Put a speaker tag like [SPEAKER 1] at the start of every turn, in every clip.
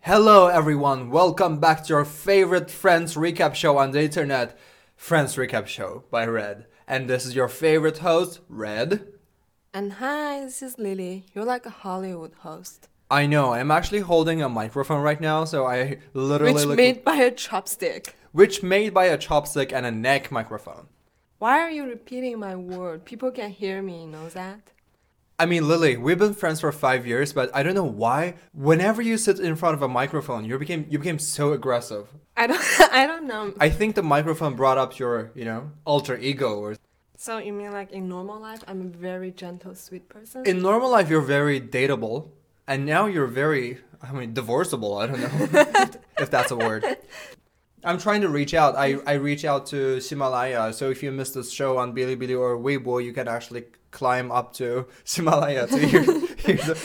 [SPEAKER 1] Hello, everyone. Welcome back to your favorite Friends recap show on the internet, Friends Recap Show by Red. And this is your favorite host, Red.
[SPEAKER 2] And hi, this is Lily. You're like a Hollywood host,
[SPEAKER 1] I know I'm actually holding a microphone right now, so I literally
[SPEAKER 2] which
[SPEAKER 1] look-
[SPEAKER 2] made by a chopstick.
[SPEAKER 1] which made by a chopstick and a neck microphone.
[SPEAKER 2] Why are you repeating my word? People can hear me, you know that?
[SPEAKER 1] I mean, Lily, we've been friends for five years, but I don't know why. Whenever you sit in front of a microphone, you became you became so aggressive.
[SPEAKER 2] I don't, I don't know.
[SPEAKER 1] I think the microphone brought up your, you know, alter ego or
[SPEAKER 2] So you mean like in normal life, I'm a very gentle, sweet person.
[SPEAKER 1] in normal life you're very dateable and now you're very i mean divorceable i don't know if that's a word i'm trying to reach out i, I reach out to himalaya so if you miss this show on bilibili or weibo you can actually climb up to himalaya to hear, hear the,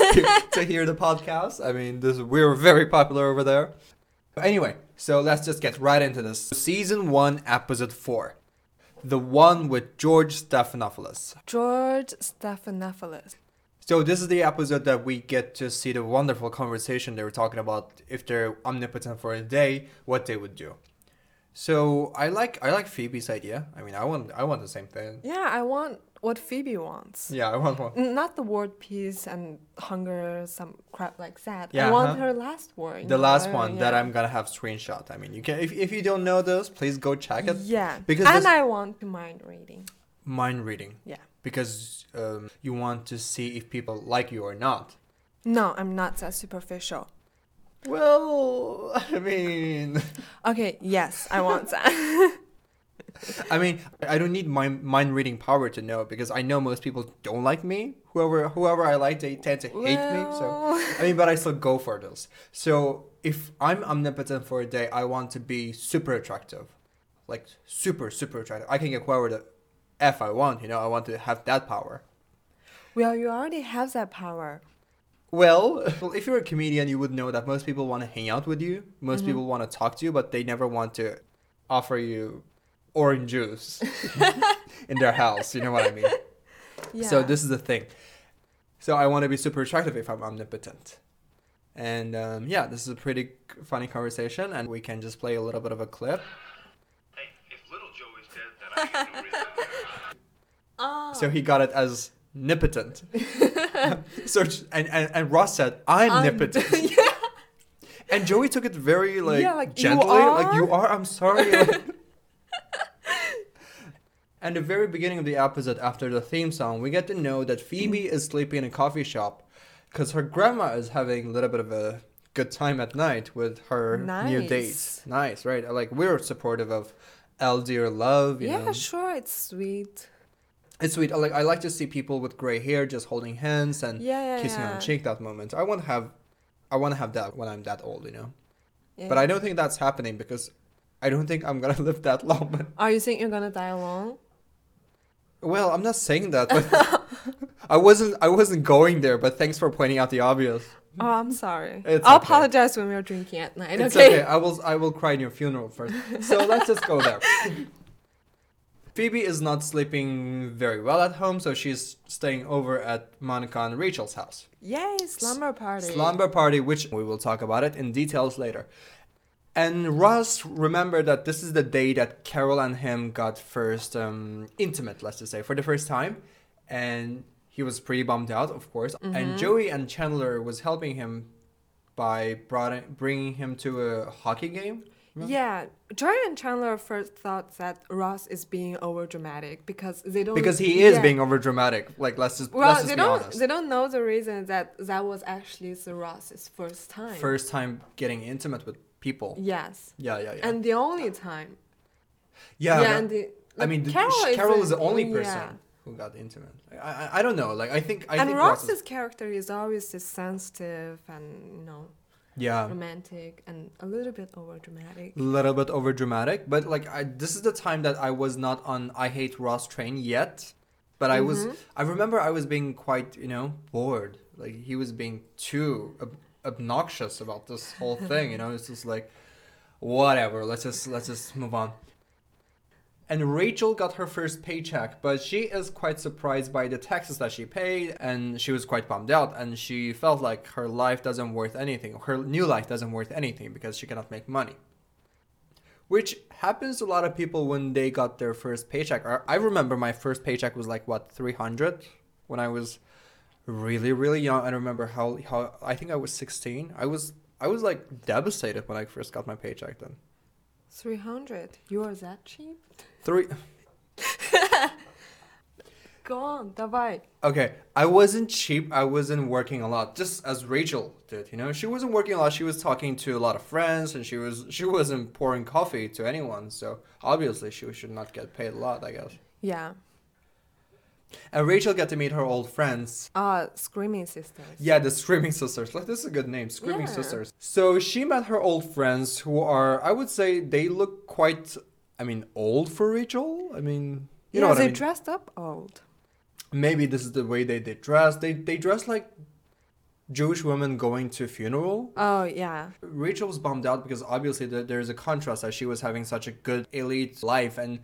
[SPEAKER 1] to hear the podcast i mean this we're very popular over there anyway so let's just get right into this season 1 episode 4 the one with george stephanopoulos
[SPEAKER 2] George Stephanopoulos.
[SPEAKER 1] so this is the episode that we get to see the wonderful conversation they were talking about if they're omnipotent for a day, what they would do. So I like I like Phoebe's idea. I mean, I want I want the same thing.
[SPEAKER 2] Yeah, I want what Phoebe wants.
[SPEAKER 1] Yeah, I want one.
[SPEAKER 2] N- Not the word peace and hunger, some crap like that.
[SPEAKER 1] Yeah,
[SPEAKER 2] I want
[SPEAKER 1] huh?
[SPEAKER 2] her last word. you
[SPEAKER 1] The
[SPEAKER 2] know,
[SPEAKER 1] last
[SPEAKER 2] uh,
[SPEAKER 1] one
[SPEAKER 2] yeah.
[SPEAKER 1] that I'm gonna have screenshot. I mean, you can if, if you don't know this, please go check it.
[SPEAKER 2] Yeah.
[SPEAKER 1] because
[SPEAKER 2] and
[SPEAKER 1] this-
[SPEAKER 2] I want to mind reading.
[SPEAKER 1] Mind reading
[SPEAKER 2] Yeah.
[SPEAKER 1] because um, you want to see if people like you or not.
[SPEAKER 2] No, I'm not that superficial.
[SPEAKER 1] Well, I mean.
[SPEAKER 2] Okay, yes, I want that.
[SPEAKER 1] I mean, I don't need my mind reading power to know because I know most people don't like me. Whoever whoever I like, they tend to hate me. So
[SPEAKER 2] Well-
[SPEAKER 1] I mean, but I still go for those. So if I'm omnipotent for a day, I want to be super attractive, like super super attractive. I can get whoever the f I want. You know, I want to have that power.
[SPEAKER 2] well, you already have that power.
[SPEAKER 1] Well, if you're a comedian, you would know that most people want to hang out with you. Most people want to talk to you, but they never want to offer you orange juice in their house. You know what I mean?
[SPEAKER 2] Yeah.
[SPEAKER 1] So this is the thing. So I want to be super attractive if I'm omnipotent. And um, yeah, this is a pretty c- funny conversation, and we can just play a little bit of a clip.
[SPEAKER 3] Hey, if little Joe is dead, then I have no reason to worry.
[SPEAKER 2] Oh,
[SPEAKER 1] So he got it as nipotent. so j- and, and and Ross said, "I'm
[SPEAKER 2] I'm-
[SPEAKER 1] nipotent,"
[SPEAKER 2] Um, yeah.
[SPEAKER 1] and Joey took it very like,
[SPEAKER 2] Yeah, like, "You
[SPEAKER 1] gently, like
[SPEAKER 2] are?"
[SPEAKER 1] "You are." I'm sorry. like- And the very beginning of the episode, after the theme song, we get to know that Phoebe is sleeping in a coffee shop because her grandma is having a little bit of a good time at night with her new date.
[SPEAKER 2] Nice.
[SPEAKER 1] Nice, right? Like, we're supportive of El Dear Love. You
[SPEAKER 2] Yeah,
[SPEAKER 1] know?
[SPEAKER 2] sure, it's sweet.
[SPEAKER 1] it's sweet. I like, I like to see people with gray hair just holding hands and
[SPEAKER 2] Yeah, yeah,
[SPEAKER 1] kissing on
[SPEAKER 2] yeah.
[SPEAKER 1] the cheek that moment. I want to have. I want to have that when I'm that old, you know.
[SPEAKER 2] Yeah.
[SPEAKER 1] But I don't think that's happening because I don't think I'm gonna live that long. But
[SPEAKER 2] Are Oh, you saying you're gonna die alone?
[SPEAKER 1] Well, I'm not saying that, but I wasn't I wasn't going there, but thanks for pointing out the obvious.
[SPEAKER 2] Oh, I'm sorry.
[SPEAKER 1] It's
[SPEAKER 2] I'll
[SPEAKER 1] okay.
[SPEAKER 2] apologize when we're drinking at night.
[SPEAKER 1] It's
[SPEAKER 2] okay.
[SPEAKER 1] I will I will cry in your funeral first. So let's just go there. Phoebe is not sleeping very well at home, so she's staying over at Monica and Rachel's house.
[SPEAKER 2] Yay, slumber party.
[SPEAKER 1] Slumber party, which we will talk about it in details later. And Ross remembered that this is the day that Carol and him got first um, intimate, let's just say, for the first time, and he was pretty bummed out, of course.
[SPEAKER 2] Mm-hmm.
[SPEAKER 1] And Joey and Chandler was helping him by brought, bringing him to a hockey game.
[SPEAKER 2] Yeah, Joy and Chandler first thought that Ross is being overdramatic because they don't
[SPEAKER 1] Because he is
[SPEAKER 2] Oh, Yeah.
[SPEAKER 1] being overdramatic. Like let's just
[SPEAKER 2] well,
[SPEAKER 1] let's just
[SPEAKER 2] they
[SPEAKER 1] be
[SPEAKER 2] don't
[SPEAKER 1] honest.
[SPEAKER 2] they don't know the reason that that was actually the Ross's first time.
[SPEAKER 1] First time getting intimate with people.
[SPEAKER 2] Yes.
[SPEAKER 1] Yeah, yeah, yeah.
[SPEAKER 2] And the only time.
[SPEAKER 1] Yeah,
[SPEAKER 2] Yeah,
[SPEAKER 1] but-
[SPEAKER 2] and the-
[SPEAKER 1] I
[SPEAKER 2] like,
[SPEAKER 1] mean, the-
[SPEAKER 2] Carol
[SPEAKER 1] sh-
[SPEAKER 2] is
[SPEAKER 1] Carol
[SPEAKER 2] a-
[SPEAKER 1] is the only
[SPEAKER 2] yeah.
[SPEAKER 1] person who got intimate. I, I, I don't know. Like, I think I
[SPEAKER 2] and
[SPEAKER 1] think
[SPEAKER 2] Ross's
[SPEAKER 1] is,
[SPEAKER 2] character is always this sensitive and you know
[SPEAKER 1] yeah,
[SPEAKER 2] romantic and a little bit overdramatic.
[SPEAKER 1] a little bit over dramatic. But like, I, this is the time that I was not on I hate Ross train yet. But I was. I remember I was being quite, you know, bored. Like he was being too ob- obnoxious about this whole thing. You know, it's just like, whatever. Let's just let's just move on. And Rachel got her first paycheck, but she is quite surprised by the taxes that she paid, and she was quite bummed out, and she felt like her life doesn't worth anything. Her new life doesn't worth anything because she cannot make money which happens to a lot of people when they got their first paycheck. I- I remember my first paycheck was like what 300 when I was really really young. I don't remember how how I think I was 16. I was I was like devastated when I first got my paycheck then.
[SPEAKER 2] 300. You are that cheap?
[SPEAKER 1] 3
[SPEAKER 2] Go on, давай.
[SPEAKER 1] Okay, I wasn't cheap. I wasn't working a lot, just as Rachel did. You know, she wasn't working a lot. She was talking to a lot of friends, and she was she wasn't pouring coffee to anyone. So obviously, she should not get paid a lot. I guess.
[SPEAKER 2] Yeah.
[SPEAKER 1] And Rachel got to meet her old friends,
[SPEAKER 2] Uh, Screaming Sisters.
[SPEAKER 1] Yeah, the Screaming Sisters. Like, this is a good name, Screaming
[SPEAKER 2] Yeah.
[SPEAKER 1] Sisters. So she met her old friends who are, I would say, they look quite, I mean, old for Rachel. I mean, you know
[SPEAKER 2] yeah,
[SPEAKER 1] what
[SPEAKER 2] they
[SPEAKER 1] I mean.
[SPEAKER 2] dressed up old.
[SPEAKER 1] Maybe this is the way they, they dress. They, they dress like Jewish women going to funeral.
[SPEAKER 2] Oh, yeah.
[SPEAKER 1] Rachel was bummed out because obviously there, there's a contrast that she was having such a good elite life and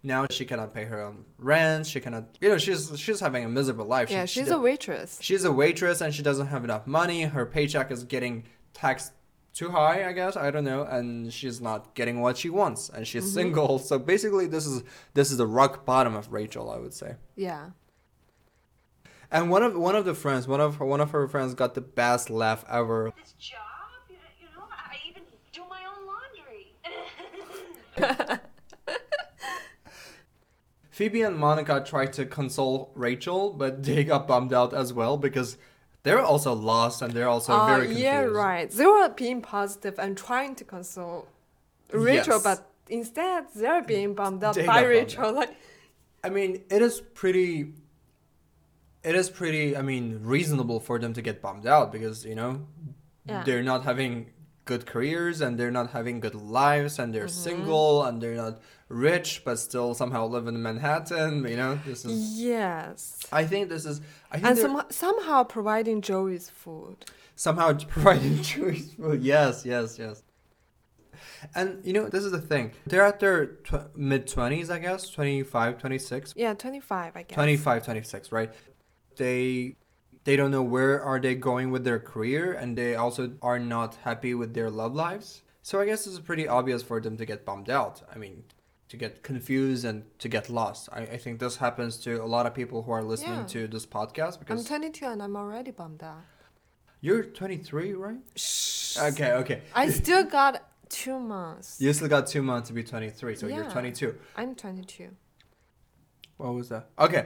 [SPEAKER 1] now she cannot pay her own rent. She cannot, you know, she's she's having a miserable life. She-
[SPEAKER 2] Yeah,
[SPEAKER 1] she
[SPEAKER 2] she's
[SPEAKER 1] did-
[SPEAKER 2] a waitress.
[SPEAKER 1] She's a waitress and she doesn't have enough money. Her paycheck is getting taxed too high, I guess. I don't know, and she's not getting what she wants, and
[SPEAKER 2] Mm-hmm.
[SPEAKER 1] she's single. So basically, this is this is the rock bottom of Rachel, I would say.
[SPEAKER 2] Yeah.
[SPEAKER 1] And one of one of the friends, one of her, one of her friends, got the best laugh ever.
[SPEAKER 4] this job, you you know, I I even do my own laundry.
[SPEAKER 1] Phoebe and Monica tried to console Rachel, but they got bummed out as well because they're also lost and they're also
[SPEAKER 2] Uh,
[SPEAKER 1] very confused.
[SPEAKER 2] yeah, right. They were being positive and trying to console Rachel,
[SPEAKER 1] Yes.
[SPEAKER 2] but instead they're being bummed up
[SPEAKER 1] They got
[SPEAKER 2] by
[SPEAKER 1] bummed
[SPEAKER 2] Rachel. Like,
[SPEAKER 1] I mean, it is pretty. It is pretty. I mean, reasonable for them to get bummed out because you know
[SPEAKER 2] Yeah.
[SPEAKER 1] they're not having good careers and they're not having good lives and they're
[SPEAKER 2] Mm-hmm.
[SPEAKER 1] single and they're not rich but still somehow live in Manhattan. You know, this is.
[SPEAKER 2] yes.
[SPEAKER 1] I think this is. I think
[SPEAKER 2] Mm-hmm. And
[SPEAKER 1] they're-
[SPEAKER 2] some, somehow providing Joey's food.
[SPEAKER 1] somehow providing Jewish food. Yes, yes, yes. And you know, this is the thing. They're at their tw- mid twenties, I guess, 25, 26.
[SPEAKER 2] Yeah, 25, I guess.
[SPEAKER 1] 25 26 right they they don't know where are they going with their career and they also are not happy with their love lives so i guess it's pretty obvious for them to get bummed out i mean to get confused and to get lost i, I think this happens to a lot of people who are listening
[SPEAKER 2] Yeah.
[SPEAKER 1] to this podcast
[SPEAKER 2] I'm
[SPEAKER 1] because
[SPEAKER 2] 22 and I'm already bummed out.
[SPEAKER 1] you're 23 right
[SPEAKER 2] Shh.
[SPEAKER 1] okay okay
[SPEAKER 2] I still got two months.
[SPEAKER 1] you still got two months to be 23 so you're
[SPEAKER 2] Yeah.
[SPEAKER 1] 22
[SPEAKER 2] I'm 22.
[SPEAKER 1] What was that? Okay.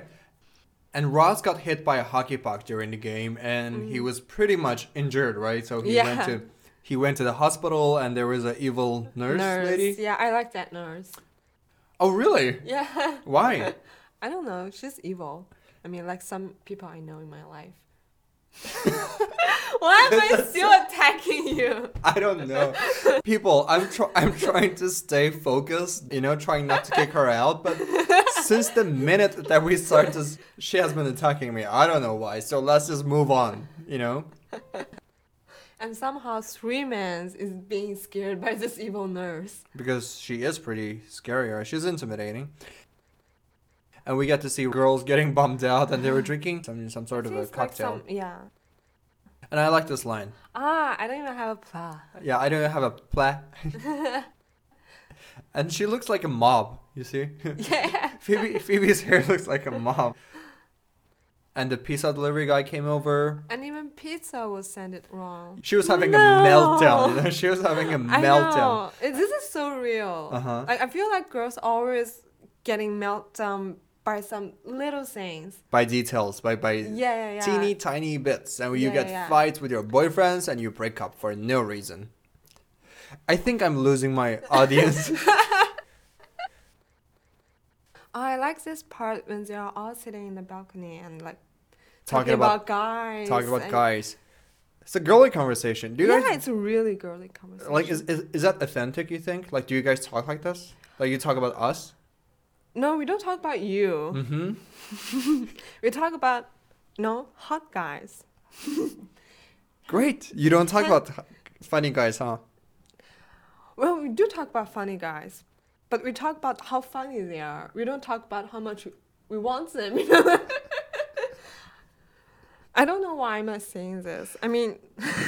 [SPEAKER 1] And Ross got hit by a hockey puck during the game, and he was pretty much injured, right? So he went
[SPEAKER 2] Yeah.
[SPEAKER 1] to he went to the hospital, and there was an evil nurse, lady.
[SPEAKER 2] Yeah, I like that nurse.
[SPEAKER 1] Oh, really?
[SPEAKER 2] Yeah.
[SPEAKER 1] Why?
[SPEAKER 2] I don't know. She's evil. I mean, like some people I know in my life. Why am I still attacking you?
[SPEAKER 1] I don't know. People, I'm tr- I'm trying to stay focused, you know, trying not to kick her out. But since the minute that we started, this, she has been attacking me. I don't know why. So let's just move on, you know.
[SPEAKER 2] And somehow three men is being scared by this evil nurse.
[SPEAKER 1] because she is pretty scary or she's intimidating. And we got to see girls getting bummed out and they were drinking some, some sort of a
[SPEAKER 2] Seems like
[SPEAKER 1] cocktail.
[SPEAKER 2] some- yeah.
[SPEAKER 1] And I like this line.
[SPEAKER 2] Ah, I don't even have a plan.
[SPEAKER 1] Yeah, I don't have a pla. and she looks like a mob, you see?
[SPEAKER 2] Yeah.
[SPEAKER 1] Phoebe, Phoebe's hair looks like a mob. And the pizza delivery guy came over.
[SPEAKER 2] And even pizza was sent it wrong.
[SPEAKER 1] She was having a
[SPEAKER 2] No.
[SPEAKER 1] meltdown. You know? She was having a
[SPEAKER 2] I
[SPEAKER 1] meltdown.
[SPEAKER 2] know. It- This is so real.
[SPEAKER 1] Uh-huh.
[SPEAKER 2] Like I feel like girls always getting meltdown by some little things.
[SPEAKER 1] By details, by by
[SPEAKER 2] Yeah, yeah, yeah.
[SPEAKER 1] teeny tiny bits and you
[SPEAKER 2] Yeah,
[SPEAKER 1] get
[SPEAKER 2] yeah.
[SPEAKER 1] fights with your boyfriends and you break up for no reason i think i'm losing my audience
[SPEAKER 2] Oh, I like this part when they are all sitting in the balcony and like
[SPEAKER 1] Talking
[SPEAKER 2] talking,
[SPEAKER 1] about-
[SPEAKER 2] about, guys.
[SPEAKER 1] talking about
[SPEAKER 2] and-
[SPEAKER 1] guys it's a girly conversation do you
[SPEAKER 2] yeah,
[SPEAKER 1] guys
[SPEAKER 2] it's a really girly conversation.
[SPEAKER 1] like is, is, is that authentic you think like do you guys talk like this like you talk about us
[SPEAKER 2] no, we don't talk about you.
[SPEAKER 1] mm-hmm
[SPEAKER 2] We talk about no hot guys.
[SPEAKER 1] great you don't talk
[SPEAKER 2] Yeah.
[SPEAKER 1] about funny guys huh
[SPEAKER 2] Well, we do talk about funny guys, But we talk about how funny they are. We don't talk about how much we want them. You know? I don't know why am I saying this. I mean,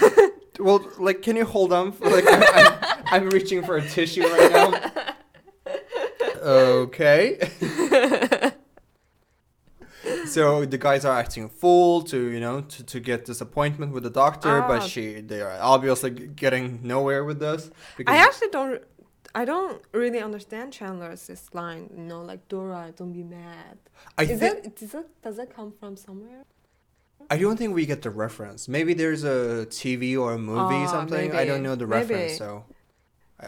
[SPEAKER 1] Well, like, can you hold on? For, like, I'm, I'm, I'm reaching for a tissue right now. Okay. so the guys are acting fool to you know to, to get this appointment with the doctor, but
[SPEAKER 2] Ah.
[SPEAKER 1] she they are obviously g- getting nowhere with this.
[SPEAKER 2] I actually don't. I don't really understand Chandler's this line. You know, like Dora, don't be mad.
[SPEAKER 1] I
[SPEAKER 2] Is
[SPEAKER 1] thi-
[SPEAKER 2] that, does that does that come from somewhere?
[SPEAKER 1] I don't think we get the reference. Maybe there's a TV or a movie
[SPEAKER 2] Ah,
[SPEAKER 1] something. I don't
[SPEAKER 2] maybe,
[SPEAKER 1] know the reference,
[SPEAKER 2] maybe.
[SPEAKER 1] so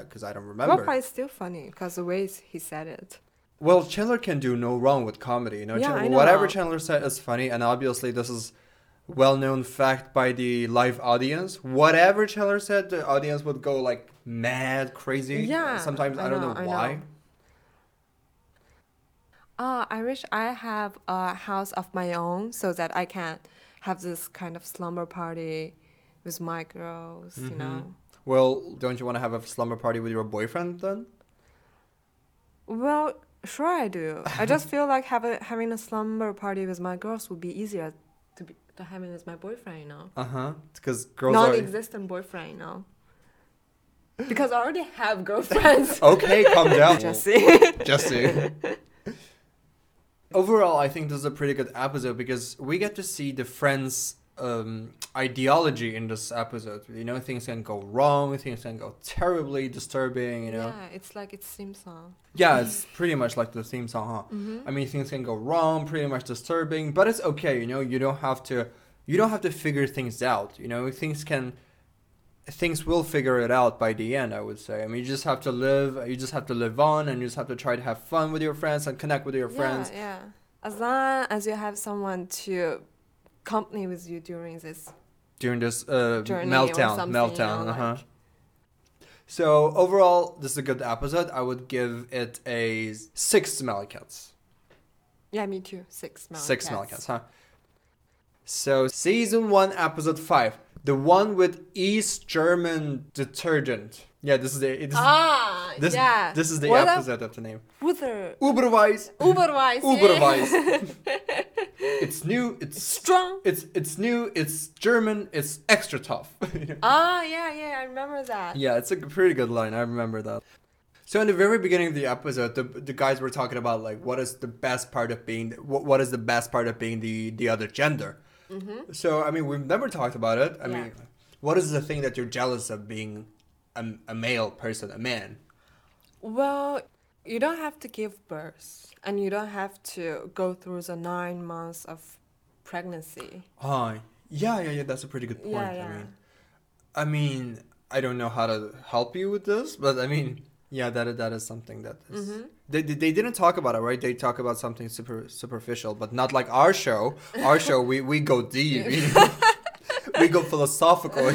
[SPEAKER 1] because I don't
[SPEAKER 2] Well,
[SPEAKER 1] remember.
[SPEAKER 2] but it's still funny because the way he said it.
[SPEAKER 1] Well, Chandler can do no wrong with comedy. You know,
[SPEAKER 2] Yeah,
[SPEAKER 1] Chan-
[SPEAKER 2] I know.
[SPEAKER 1] whatever Chandler said is funny, and obviously this is well-known fact by the live audience. Whatever Chandler said, the audience would go like mad, crazy.
[SPEAKER 2] Yeah,
[SPEAKER 1] Sometimes I,
[SPEAKER 2] I
[SPEAKER 1] don't know,
[SPEAKER 2] know, I
[SPEAKER 1] why.
[SPEAKER 2] know. Uh, I wish I have a house of my own so that I can have this kind of slumber party with my girls, you
[SPEAKER 1] Mm-hmm.
[SPEAKER 2] know.
[SPEAKER 1] Well, don't you want to have a slumber party with your boyfriend then?
[SPEAKER 2] Well, sure I do. I just feel like have a, having a slumber party with my girls would be easier to be to having with my boyfriend, you know.
[SPEAKER 1] Uh huh. Because girls are.
[SPEAKER 2] Non-existent boyfriend, you know. Because I already have girlfriends.
[SPEAKER 1] Okay, calm down.
[SPEAKER 2] Jesse.
[SPEAKER 1] Jesse. Overall, I think this is a pretty good episode because we get to see the friends' um, ideology in this episode. You know, things can go wrong, things can go terribly disturbing. You know,
[SPEAKER 2] Yeah, it's like it's theme song.
[SPEAKER 1] yeah, it's pretty much like the theme song. Huh?
[SPEAKER 2] Mm-hmm.
[SPEAKER 1] I mean, things can go wrong, pretty much disturbing, but it's okay. You know, you don't have to, you don't have to figure things out. You know, things can, things will figure it out by the end. I would say. I mean, you just have to live. You just have to live on, and you just have to try to have fun with your friends and connect with your friends.
[SPEAKER 2] Yeah, yeah. As long as you have someone to company with you during this.
[SPEAKER 1] during this uh,
[SPEAKER 2] Journey or
[SPEAKER 1] meltdown.
[SPEAKER 2] something,
[SPEAKER 1] Meltdown.
[SPEAKER 2] you know,
[SPEAKER 1] uh-huh.
[SPEAKER 2] like-
[SPEAKER 1] So overall, this is a good episode. I would give it a six smelly cats.
[SPEAKER 2] Yeah, me too. Six Malakats.
[SPEAKER 1] six smelly cats, huh? So season one, episode five, the one with East German detergent. Yeah, this is the this,
[SPEAKER 2] Ah,
[SPEAKER 1] this,
[SPEAKER 2] yeah.
[SPEAKER 1] this is the
[SPEAKER 2] What a
[SPEAKER 1] episode of the name.
[SPEAKER 2] Wuther.
[SPEAKER 1] Uberweiss.
[SPEAKER 2] Uberweiss.
[SPEAKER 1] Uberweiss. it's new. It's
[SPEAKER 2] Strong.
[SPEAKER 1] it's it's new. It's German. It's extra tough. You know?
[SPEAKER 2] Ah, yeah, yeah. I remember that.
[SPEAKER 1] Yeah, it's a g- pretty good line. I remember that. So in the very beginning of the episode, the, the guys were talking about like what is the best part of being what, what is the best part of being the the other gender. So I mean, we've never talked about it. I
[SPEAKER 2] Mm-hmm. Yeah.
[SPEAKER 1] mean, what is the thing that you're jealous of being a, a male person, a man?
[SPEAKER 2] Well, you don't have to give birth, and you don't have to go through the nine months of pregnancy.
[SPEAKER 1] Oh, yeah, yeah, yeah. That's a pretty good point.
[SPEAKER 2] Yeah, yeah.
[SPEAKER 1] I mean, I mean, I don't know how to help you with this, but I mean, yeah, that i- that is something that is-
[SPEAKER 2] Mm-hmm.
[SPEAKER 1] They, they they didn't talk about it, right? They talk about something super superficial, but not like our show. Our show, we we go deep. you know? we go philosophical.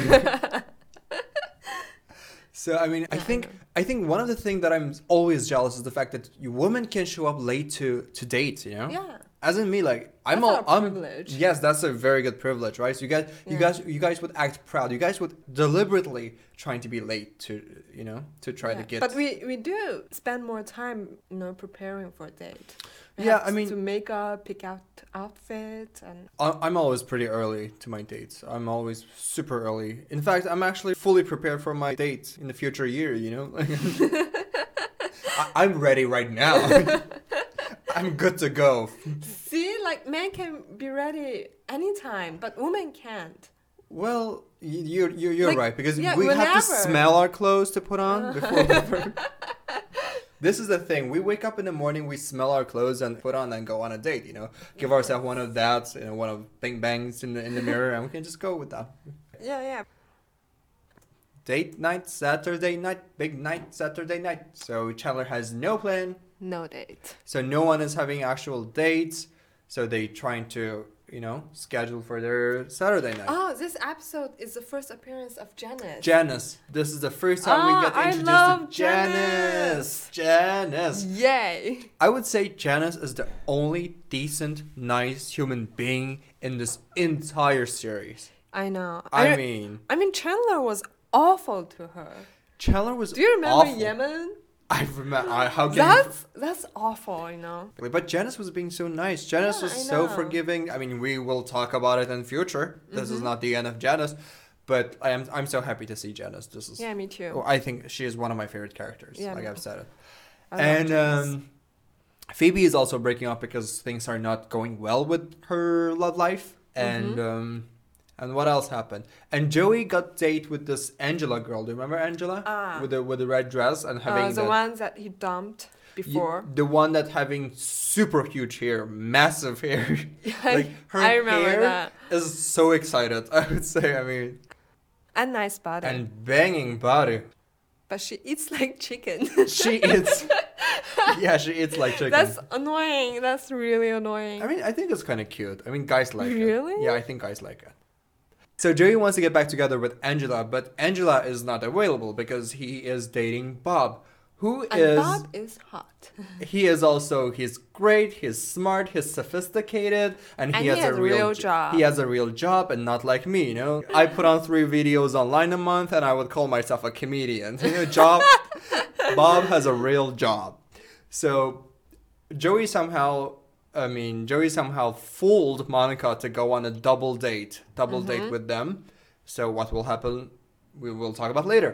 [SPEAKER 1] So I mean, I think I think one of the things that I'm always jealous is the fact that you women can show up late to to date. You know.
[SPEAKER 2] Yeah.
[SPEAKER 1] As in me, like I'm
[SPEAKER 2] That's
[SPEAKER 1] all I'm-
[SPEAKER 2] our privilege.
[SPEAKER 1] Yes, that's a very good privilege, right? So you guys, you
[SPEAKER 2] Yeah.
[SPEAKER 1] guys, you guys would act proud. You guys would deliberately trying to be late to, you know, to try to
[SPEAKER 2] Yeah.
[SPEAKER 1] get.
[SPEAKER 2] But we, we do spend more time, you know, preparing for a date. We
[SPEAKER 1] Yeah,
[SPEAKER 2] have
[SPEAKER 1] I mean-
[SPEAKER 2] to make up, pick out outfit, and
[SPEAKER 1] I- I'm always pretty early to my dates. I'm always super early. In fact, I'm actually fully prepared for my date in the future year. You know, I- I'm ready right now. I'm good to go.
[SPEAKER 2] see, like men can be ready anytime, but women can't.
[SPEAKER 1] Well, y- you're you're, you're
[SPEAKER 2] Like,
[SPEAKER 1] right because
[SPEAKER 2] yeah,
[SPEAKER 1] we have to
[SPEAKER 2] whenever.
[SPEAKER 1] smell our clothes to put on before. we- this is the thing. We wake up in the morning, we smell our clothes and put on and go on a date. You know, give ourselves one of that, you know, one of bing bangs in the in the mirror, and we can just go with that.
[SPEAKER 2] Yeah, yeah.
[SPEAKER 1] Date night, Saturday night, big night, Saturday night. So Chandler has no plan.
[SPEAKER 2] No date.
[SPEAKER 1] So no one is having actual dates. So they trying to you know schedule for their Saturday night.
[SPEAKER 2] Oh, this episode is the first appearance of Janet.
[SPEAKER 1] Janice. This is the first time
[SPEAKER 2] Ah,
[SPEAKER 1] we get
[SPEAKER 2] I
[SPEAKER 1] introduced
[SPEAKER 2] love
[SPEAKER 1] to Janice. Janice.
[SPEAKER 2] Yay!
[SPEAKER 1] I would say Janice is the only decent, nice human being in this entire series.
[SPEAKER 2] I know.
[SPEAKER 1] I
[SPEAKER 2] re-
[SPEAKER 1] mean,
[SPEAKER 2] I mean Chandler was awful to her.
[SPEAKER 1] Chandler was.
[SPEAKER 2] Do you remember
[SPEAKER 1] awful.
[SPEAKER 2] Yemen?
[SPEAKER 1] I remember I, how can you
[SPEAKER 2] That's that's awful, you know.
[SPEAKER 1] But Janice was being so nice. Janice
[SPEAKER 2] Yeah,
[SPEAKER 1] was
[SPEAKER 2] I
[SPEAKER 1] so
[SPEAKER 2] know.
[SPEAKER 1] forgiving. I mean, we will talk about it in future. This
[SPEAKER 2] Mm-hmm.
[SPEAKER 1] is not the end of Janice, but I am I'm so happy to see Janice. This is
[SPEAKER 2] Yeah, me too.
[SPEAKER 1] Well, I think she is one of my favorite characters.
[SPEAKER 2] Yeah, I
[SPEAKER 1] like
[SPEAKER 2] know.
[SPEAKER 1] I've said it.
[SPEAKER 2] I love
[SPEAKER 1] and
[SPEAKER 2] Janice.
[SPEAKER 1] um, Phoebe is also breaking up because things are not going well with her love life. And
[SPEAKER 2] Mm-hmm.
[SPEAKER 1] um, and what else happened? And Joey got date with this Angela girl. Do you remember Angela?
[SPEAKER 2] Ah.
[SPEAKER 1] With the with the red dress and having
[SPEAKER 2] Uh, the
[SPEAKER 1] that-
[SPEAKER 2] ones that he dumped
[SPEAKER 1] Ye-
[SPEAKER 2] before.
[SPEAKER 1] the one that having super huge hair, massive hair. like her
[SPEAKER 2] I remember
[SPEAKER 1] hair
[SPEAKER 2] that.
[SPEAKER 1] is so excited. I would say. I mean,
[SPEAKER 2] And nice body.
[SPEAKER 1] and banging body.
[SPEAKER 2] but she eats like chicken.
[SPEAKER 1] She eats. yeah, she eats like chicken.
[SPEAKER 2] That's annoying. That's really annoying.
[SPEAKER 1] I mean, I think it's kind of cute. I mean, guys like it.
[SPEAKER 2] Really?
[SPEAKER 1] Yeah, I think guys like it. So Joey wants to get back together with Angela, but Angela is not available because he is dating Bob, who is
[SPEAKER 2] and Bob is hot.
[SPEAKER 1] he is also he's great he's smart he's sophisticated and he,
[SPEAKER 2] And he
[SPEAKER 1] has,
[SPEAKER 2] has
[SPEAKER 1] a
[SPEAKER 2] a
[SPEAKER 1] real,
[SPEAKER 2] real
[SPEAKER 1] j-
[SPEAKER 2] job.
[SPEAKER 1] he has a real job and not like me you know i put on three videos online a month and i would call myself a comedian you know job bob has a real job so joey somehow i mean joey somehow fooled monica to go on a double date double date
[SPEAKER 2] Mm-hmm.
[SPEAKER 1] with them so what will happen we will talk about later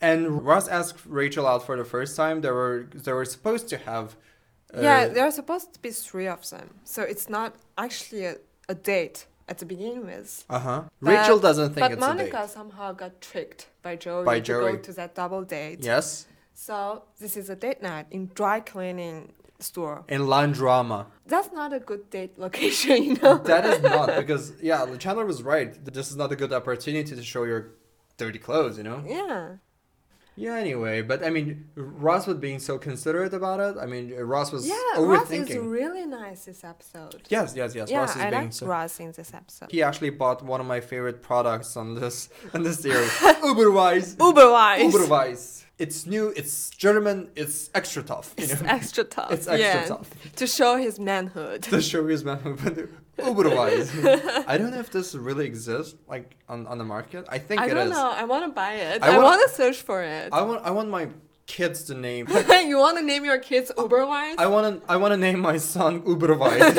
[SPEAKER 1] and Ross asked Rachel out for the first time. They were they were supposed to have uh,
[SPEAKER 2] yeah, there are supposed to be three of them, so it's not actually a, a date at the beginning with.
[SPEAKER 1] Uh huh.
[SPEAKER 2] But-
[SPEAKER 1] Rachel doesn't think
[SPEAKER 2] but
[SPEAKER 1] it's
[SPEAKER 2] Monica
[SPEAKER 1] a date.
[SPEAKER 2] somehow got tricked by Joey
[SPEAKER 1] By
[SPEAKER 2] to go
[SPEAKER 1] Joey.
[SPEAKER 2] to that double date.
[SPEAKER 1] Yes,
[SPEAKER 2] So this is a date night in dry cleaning store.
[SPEAKER 1] in Landrama.
[SPEAKER 2] That's not a good date location, you know.
[SPEAKER 1] That is not because yeah, Chandler was right. This is not a good opportunity to show your dirty clothes, you know.
[SPEAKER 2] yeah.
[SPEAKER 1] Yeah. Anyway, but I mean, Ross was being so considerate about it. I mean, Ross was
[SPEAKER 2] Yeah, Ross is
[SPEAKER 1] overthinking.
[SPEAKER 2] really nice this episode.
[SPEAKER 1] yes, yes, yes.
[SPEAKER 2] yeah,
[SPEAKER 1] Ross is
[SPEAKER 2] I
[SPEAKER 1] being
[SPEAKER 2] like
[SPEAKER 1] so.
[SPEAKER 2] Ross in this episode.
[SPEAKER 1] He actually bought one of my favorite products on this on this series, Uberwise.
[SPEAKER 2] Uberwise.
[SPEAKER 1] Uberwise. It's new. It's German. It's extra tough. You know?
[SPEAKER 2] It's extra tough.
[SPEAKER 1] It's extra
[SPEAKER 2] yeah,
[SPEAKER 1] tough.
[SPEAKER 2] To show his manhood.
[SPEAKER 1] the show is meant for Uberwise. I don't know if this really exists like on, on the market. I think it
[SPEAKER 2] I
[SPEAKER 1] is.
[SPEAKER 2] don't know. I want to buy it.
[SPEAKER 1] I
[SPEAKER 2] I
[SPEAKER 1] wanna-
[SPEAKER 2] want to search for it.
[SPEAKER 1] I want I want my kids to name.
[SPEAKER 2] you want to name your kids Uberwise?
[SPEAKER 1] I want to I want to name my son Uberwise.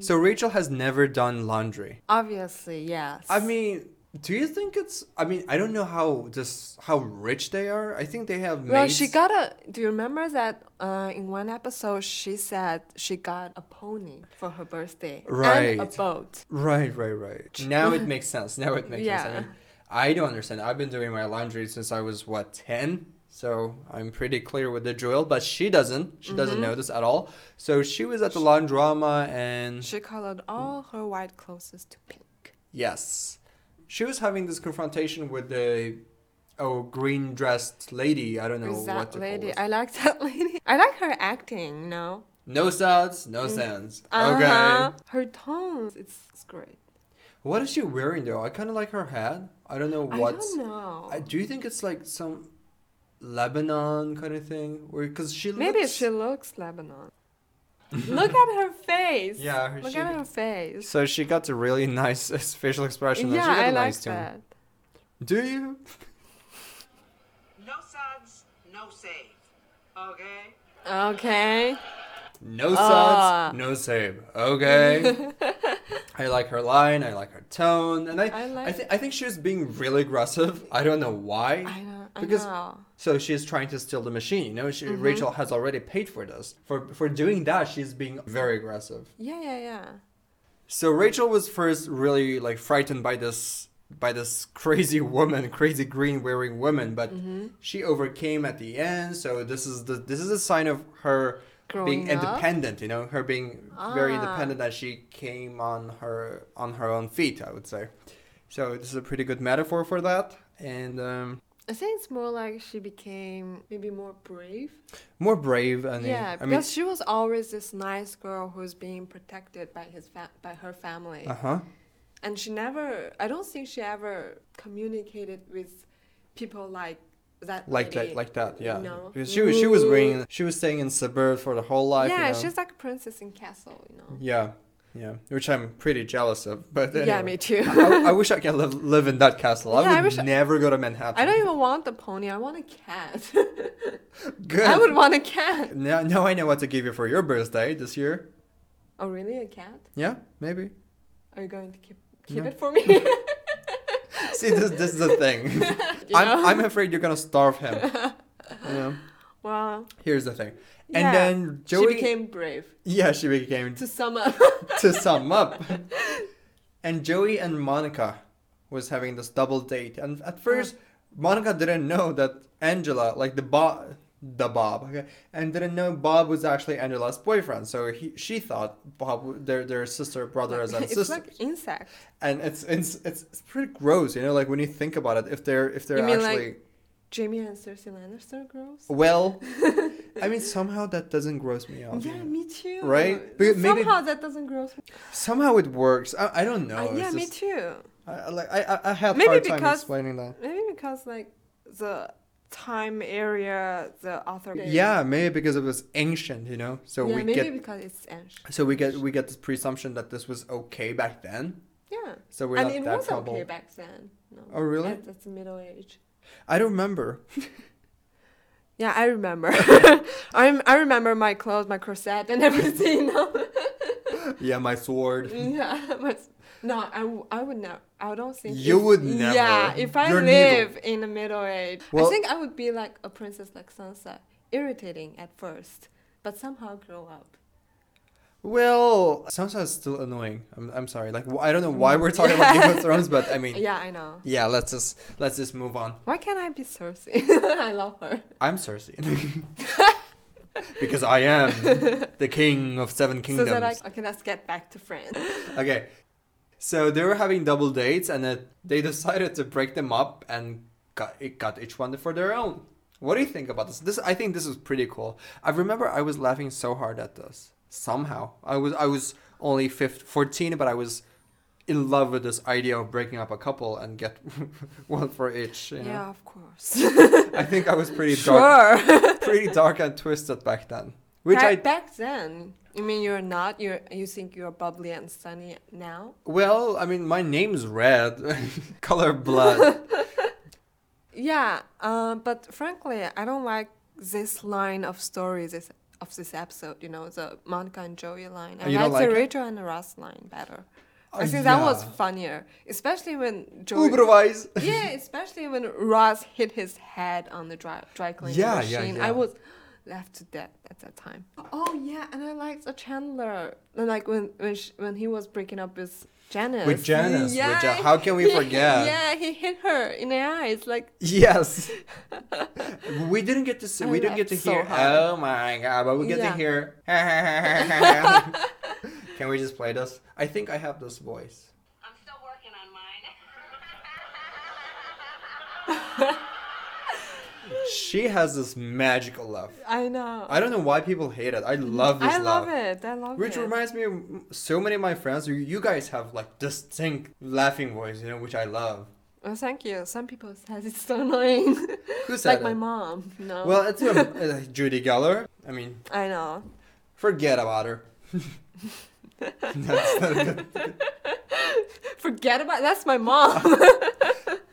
[SPEAKER 1] so Rachel has never done laundry.
[SPEAKER 2] Obviously, yes.
[SPEAKER 1] I mean, do you think it's? I mean, I don't know how this how rich they are. I think they have.
[SPEAKER 2] well,
[SPEAKER 1] maids.
[SPEAKER 2] she got a. Do you remember that uh, in one episode she said she got a pony for her birthday and a
[SPEAKER 1] Right.
[SPEAKER 2] boat?
[SPEAKER 1] Right, right, right. Now it makes sense. Now it makes sense. I,
[SPEAKER 2] Yeah.
[SPEAKER 1] mean, I don't understand. I've been doing my laundry since I was what ten, so I'm pretty clear with the drill. But she doesn't. She
[SPEAKER 2] Mm-hmm.
[SPEAKER 1] doesn't know this at all. So she was at the laundroma, and
[SPEAKER 2] She colored all her white clothes to pink.
[SPEAKER 1] yes, she was having this confrontation with the oh green dressed lady. I don't know
[SPEAKER 2] With
[SPEAKER 1] what
[SPEAKER 2] that
[SPEAKER 1] to
[SPEAKER 2] lady,
[SPEAKER 1] call
[SPEAKER 2] I
[SPEAKER 1] this.
[SPEAKER 2] like that lady. I like her acting. You know.
[SPEAKER 1] No sounds, no sense.
[SPEAKER 2] Mm. Uh-huh.
[SPEAKER 1] Okay.
[SPEAKER 2] Her tones, it's, it's great.
[SPEAKER 1] What is she wearing though? I kind of like her hat. I don't know
[SPEAKER 2] I
[SPEAKER 1] what's.
[SPEAKER 2] don't know.
[SPEAKER 1] I, do you think it's like some Lebanon kind of thing? Or because she
[SPEAKER 2] Maybe
[SPEAKER 1] looks,
[SPEAKER 2] she looks Lebanon. Look at her face.
[SPEAKER 1] Yeah, her-
[SPEAKER 2] Look
[SPEAKER 1] she-
[SPEAKER 2] at her face.
[SPEAKER 1] So she got a really nice uh, facial expression. and
[SPEAKER 2] yeah,
[SPEAKER 1] she got
[SPEAKER 2] I
[SPEAKER 1] a
[SPEAKER 2] like
[SPEAKER 1] nice tone.
[SPEAKER 2] that.
[SPEAKER 1] Do you?
[SPEAKER 4] No suds, no save. Okay?
[SPEAKER 2] Okay.
[SPEAKER 1] No suds,
[SPEAKER 2] Ah.
[SPEAKER 1] no save. Okay. I like her line. I like her tone, and I
[SPEAKER 2] I
[SPEAKER 1] I,
[SPEAKER 2] like-
[SPEAKER 1] thi- I think she was being really aggressive. I don't know why.
[SPEAKER 2] I know. I
[SPEAKER 1] because
[SPEAKER 2] know. Mm-hmm.
[SPEAKER 1] so she's trying to steal the machine. You know, she, Rachel has already paid for this. For for doing that, she's being very aggressive.
[SPEAKER 2] Yeah, yeah, yeah.
[SPEAKER 1] So Rachel was first really like frightened by this by this crazy woman, crazy green wearing woman, but
[SPEAKER 2] Mm-hmm.
[SPEAKER 1] she overcame at the end. So this is the this is a sign of her being
[SPEAKER 2] Growing up?
[SPEAKER 1] independent, you know, her being very
[SPEAKER 2] Ah.
[SPEAKER 1] independent that she came on her on her own feet, I would say. So this is a pretty good metaphor for that. And um
[SPEAKER 2] I think it's more like she became maybe more brave.
[SPEAKER 1] more brave and
[SPEAKER 2] yeah,
[SPEAKER 1] I
[SPEAKER 2] because
[SPEAKER 1] mean
[SPEAKER 2] she was always this nice girl who's being protected by his fa- by her family.
[SPEAKER 1] uh-huh.
[SPEAKER 2] and she never i don't think she ever communicated with people like that
[SPEAKER 1] Like
[SPEAKER 2] lady,
[SPEAKER 1] that like that, yeah.
[SPEAKER 2] you know?
[SPEAKER 1] Because she was she was wearing she was staying in suburb for the whole life.
[SPEAKER 2] yeah
[SPEAKER 1] you know?
[SPEAKER 2] she's like a princess in castle you know
[SPEAKER 1] Yeah. Yeah, which I'm pretty jealous of. But
[SPEAKER 2] Yeah,
[SPEAKER 1] anyway.
[SPEAKER 2] me too.
[SPEAKER 1] I, I wish I can live, live in that castle. I
[SPEAKER 2] Yeah, I
[SPEAKER 1] would
[SPEAKER 2] wish I-
[SPEAKER 1] never go to Manhattan.
[SPEAKER 2] I don't even want the pony. I want a cat.
[SPEAKER 1] Good.
[SPEAKER 2] I would want a cat.
[SPEAKER 1] Now, now I know what to give you for your birthday this year.
[SPEAKER 2] Oh, really? A cat?
[SPEAKER 1] Yeah, maybe.
[SPEAKER 2] Are you going to keep keep
[SPEAKER 1] No.
[SPEAKER 2] it for me?
[SPEAKER 1] See, this, this is the thing.
[SPEAKER 2] You
[SPEAKER 1] I'm,
[SPEAKER 2] know?
[SPEAKER 1] I'm afraid you're gonna starve him. You know?
[SPEAKER 2] Wow.
[SPEAKER 1] Here's the thing.
[SPEAKER 2] Yeah,
[SPEAKER 1] And then Joey.
[SPEAKER 2] She became brave.
[SPEAKER 1] yeah, she became.
[SPEAKER 2] To sum up.
[SPEAKER 1] to sum up. And Joey and Monica was having this double date, and at first Monica didn't know that Angela, like the Bob, the Bob, okay, and didn't know Bob was actually Angela's boyfriend. So he, she thought Bob, w- their their sister, brothers, and
[SPEAKER 2] it's
[SPEAKER 1] sisters,
[SPEAKER 2] like insect.
[SPEAKER 1] and it's, it's it's it's pretty gross, you know. Like when you think about it, if they're if they're
[SPEAKER 2] You mean,
[SPEAKER 1] actually
[SPEAKER 2] like- Jamie and Cersei Lannister girls.
[SPEAKER 1] well, I mean somehow that doesn't gross me out.
[SPEAKER 2] Yeah, me too.
[SPEAKER 1] Right? But maybe-
[SPEAKER 2] Somehow that doesn't grow.
[SPEAKER 1] Somehow it works. I, I don't know.
[SPEAKER 2] Uh,
[SPEAKER 1] it's
[SPEAKER 2] yeah, me
[SPEAKER 1] just-
[SPEAKER 2] too.
[SPEAKER 1] I, I like I I- I had
[SPEAKER 2] Maybe
[SPEAKER 1] hard time
[SPEAKER 2] because-
[SPEAKER 1] explaining that.
[SPEAKER 2] Maybe because like the time area, the author. gave.
[SPEAKER 1] Yeah, maybe because it was ancient, you know. So
[SPEAKER 2] yeah,
[SPEAKER 1] we
[SPEAKER 2] maybe
[SPEAKER 1] get
[SPEAKER 2] because it's ancient.
[SPEAKER 1] so we get we get this presumption that this was okay back then.
[SPEAKER 2] Yeah.
[SPEAKER 1] So we're
[SPEAKER 2] and
[SPEAKER 1] not
[SPEAKER 2] it
[SPEAKER 1] that
[SPEAKER 2] was
[SPEAKER 1] trouble.
[SPEAKER 2] okay back then. No.
[SPEAKER 1] Oh, really?
[SPEAKER 2] That- that's the middle age.
[SPEAKER 1] I don't remember.
[SPEAKER 2] Yeah, I remember. I rem- I remember my clothes, my corset, and everything. You know?
[SPEAKER 1] yeah, my
[SPEAKER 2] Mm.
[SPEAKER 1] sword.
[SPEAKER 2] yeah, but no, I, w- I would never. I don't think
[SPEAKER 1] You
[SPEAKER 2] if-
[SPEAKER 1] would
[SPEAKER 2] Yeah,
[SPEAKER 1] never.
[SPEAKER 2] if I
[SPEAKER 1] You're
[SPEAKER 2] live in the middle age,
[SPEAKER 1] Well-
[SPEAKER 2] I think I would be like a princess like Sansa, irritating at first, but somehow grow up.
[SPEAKER 1] Well, Sansa is still annoying. I'm, I'm sorry. Like wh- I don't know why we're talking about Game of Thrones, but I mean, yeah.
[SPEAKER 2] Yeah, I know.
[SPEAKER 1] let's just let's just move on.
[SPEAKER 2] Why can't I be Cersei? I love her.
[SPEAKER 1] I'm Cersei. because I am the king of seven kingdoms.
[SPEAKER 2] So that I okay, let's get back to France.
[SPEAKER 1] Okay. So they were having double dates and uh, they decided to break them up and got, it got each one for their own. What do you think about this? This I think this is pretty cool. I remember I was laughing so hard at this. Somehow. I was I was only 15, 14 but I was in love with this idea of breaking up a couple and get one for each, you know.
[SPEAKER 2] Yeah, of course.
[SPEAKER 1] I think I was pretty dark
[SPEAKER 2] sure.
[SPEAKER 1] pretty dark and twisted back then. Which
[SPEAKER 2] back,
[SPEAKER 1] I
[SPEAKER 2] back then, you mean you're not? You you think you're bubbly and sunny now?
[SPEAKER 1] well, I mean my name's red, color blood.
[SPEAKER 2] Yeah, um, but frankly, I don't like this line of stories this, of this episode. You know, the Monica and Joey line. I
[SPEAKER 1] you don't
[SPEAKER 2] Oh, like the
[SPEAKER 1] like it?
[SPEAKER 2] Rachel and Ross line better.
[SPEAKER 1] Uh,
[SPEAKER 2] I think that was
[SPEAKER 1] yeah.
[SPEAKER 2] funnier, especially when Joey.
[SPEAKER 1] Improvise.
[SPEAKER 2] yeah, especially when Ross hit his head on the dry, dry cleaning
[SPEAKER 1] Yeah, yeah,
[SPEAKER 2] machine.
[SPEAKER 1] yeah.
[SPEAKER 2] I was left to death at that time. Oh yeah, and I liked the Chandler. And like when when sh when he was breaking up with Janice. uh,
[SPEAKER 1] With Janice, with Ja- how can we
[SPEAKER 2] he-
[SPEAKER 1] forget?
[SPEAKER 2] Yeah, he hit her in the eyes. Like
[SPEAKER 1] Yes. we didn't get to see,
[SPEAKER 2] I
[SPEAKER 1] we didn't get to
[SPEAKER 2] laughed so
[SPEAKER 1] hear.
[SPEAKER 2] hard.
[SPEAKER 1] Oh my god! But we get
[SPEAKER 2] Yeah.
[SPEAKER 1] to hear. Can we just play this? I think I have this voice.
[SPEAKER 4] I'm still working on mine.
[SPEAKER 1] She has this magical laugh.
[SPEAKER 2] I know.
[SPEAKER 1] I don't know why people hate it. I love this
[SPEAKER 2] I
[SPEAKER 1] laugh.
[SPEAKER 2] love it. I love
[SPEAKER 1] Which
[SPEAKER 2] it.
[SPEAKER 1] reminds me, of so many of my friends, you- you guys have like distinct laughing voice, you know, which I love.
[SPEAKER 2] Well, thank you. Some people says it's so annoying.
[SPEAKER 1] Who said
[SPEAKER 2] like my
[SPEAKER 1] it?
[SPEAKER 2] mom. No.
[SPEAKER 1] Well, it's um, uh, Judy Geller. I mean,
[SPEAKER 2] I know.
[SPEAKER 1] forget about her. That's not a good
[SPEAKER 2] Forget about that's my mom.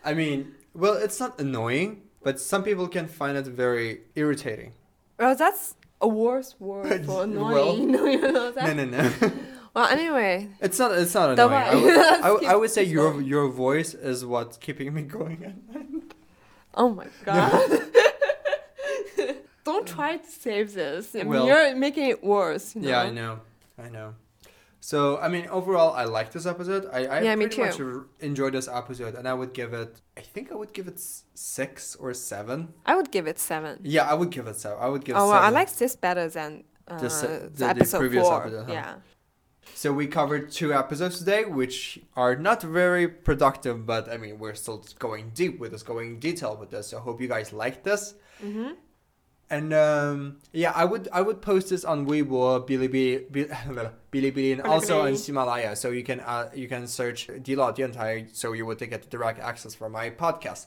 [SPEAKER 1] I mean, well, it's not annoying, but some people can find it very irritating.
[SPEAKER 2] well, Oh, that's a worse word
[SPEAKER 1] Well-
[SPEAKER 2] for annoying. No, you know that.
[SPEAKER 1] No, no, no.
[SPEAKER 2] Well, anyway,
[SPEAKER 1] it's not. It's not
[SPEAKER 2] Don't
[SPEAKER 1] annoying. I would,
[SPEAKER 2] worry.
[SPEAKER 1] I, would- I would say your your voice is what's keeping me going. at night.
[SPEAKER 2] Oh my god. Don't try to save this. I mean,
[SPEAKER 1] Well-
[SPEAKER 2] you're making it worse. You know?
[SPEAKER 1] Yeah, I know. I know. So, I mean, overall, I like this episode. I, I
[SPEAKER 2] Yeah, me
[SPEAKER 1] pretty much r- enjoyed this episode, and I would give it. I think I would give it s- six or seven.
[SPEAKER 2] I would give it seven.
[SPEAKER 1] Yeah, I would give it seven. I would give.
[SPEAKER 2] oh well, I
[SPEAKER 1] seven.
[SPEAKER 2] like this better than uh,
[SPEAKER 1] The
[SPEAKER 2] the,
[SPEAKER 1] se- the- the
[SPEAKER 2] episode
[SPEAKER 1] previous
[SPEAKER 2] four.
[SPEAKER 1] episode, huh?
[SPEAKER 2] Yeah.
[SPEAKER 1] So we covered two episodes today, which are not very productive, but I mean we're still going deep with this, going in detail with this. So I hope you guys like this.
[SPEAKER 2] Mhm.
[SPEAKER 1] And um, yeah, I would I would post this on Weibo, Bilibili, Bil- Bilibili, and also on
[SPEAKER 2] Bilibili.
[SPEAKER 1] Himalaya. So you can uh, you can search Dilo Diantai, so you would get direct access for my podcast.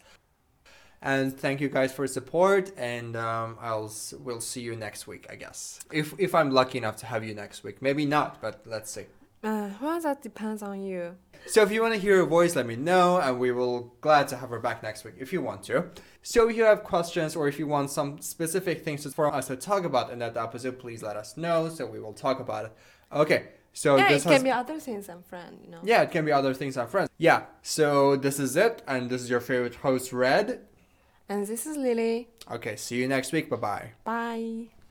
[SPEAKER 1] And thank you guys for support, and um, I'll s- we'll see you next week, I guess. If if I'm lucky enough to have you next week, maybe not, but let's see.
[SPEAKER 2] Uh, well, that depends on you.
[SPEAKER 1] So if you want to hear her voice, let me know, and we will glad to have her back next week if you want to. So if you have questions or if you want some specific things for us to talk about in that episode, please let us know. So we will talk about it. Okay. So
[SPEAKER 2] yeah, it
[SPEAKER 1] Oh, this
[SPEAKER 2] can
[SPEAKER 1] has,
[SPEAKER 2] be other things than friend, you know.
[SPEAKER 1] yeah, it can be other things on friends. Yeah. So this is it, and this is your favorite host, Red.
[SPEAKER 2] And this is Lily.
[SPEAKER 1] Okay. See you next week. Bye bye.
[SPEAKER 2] Bye.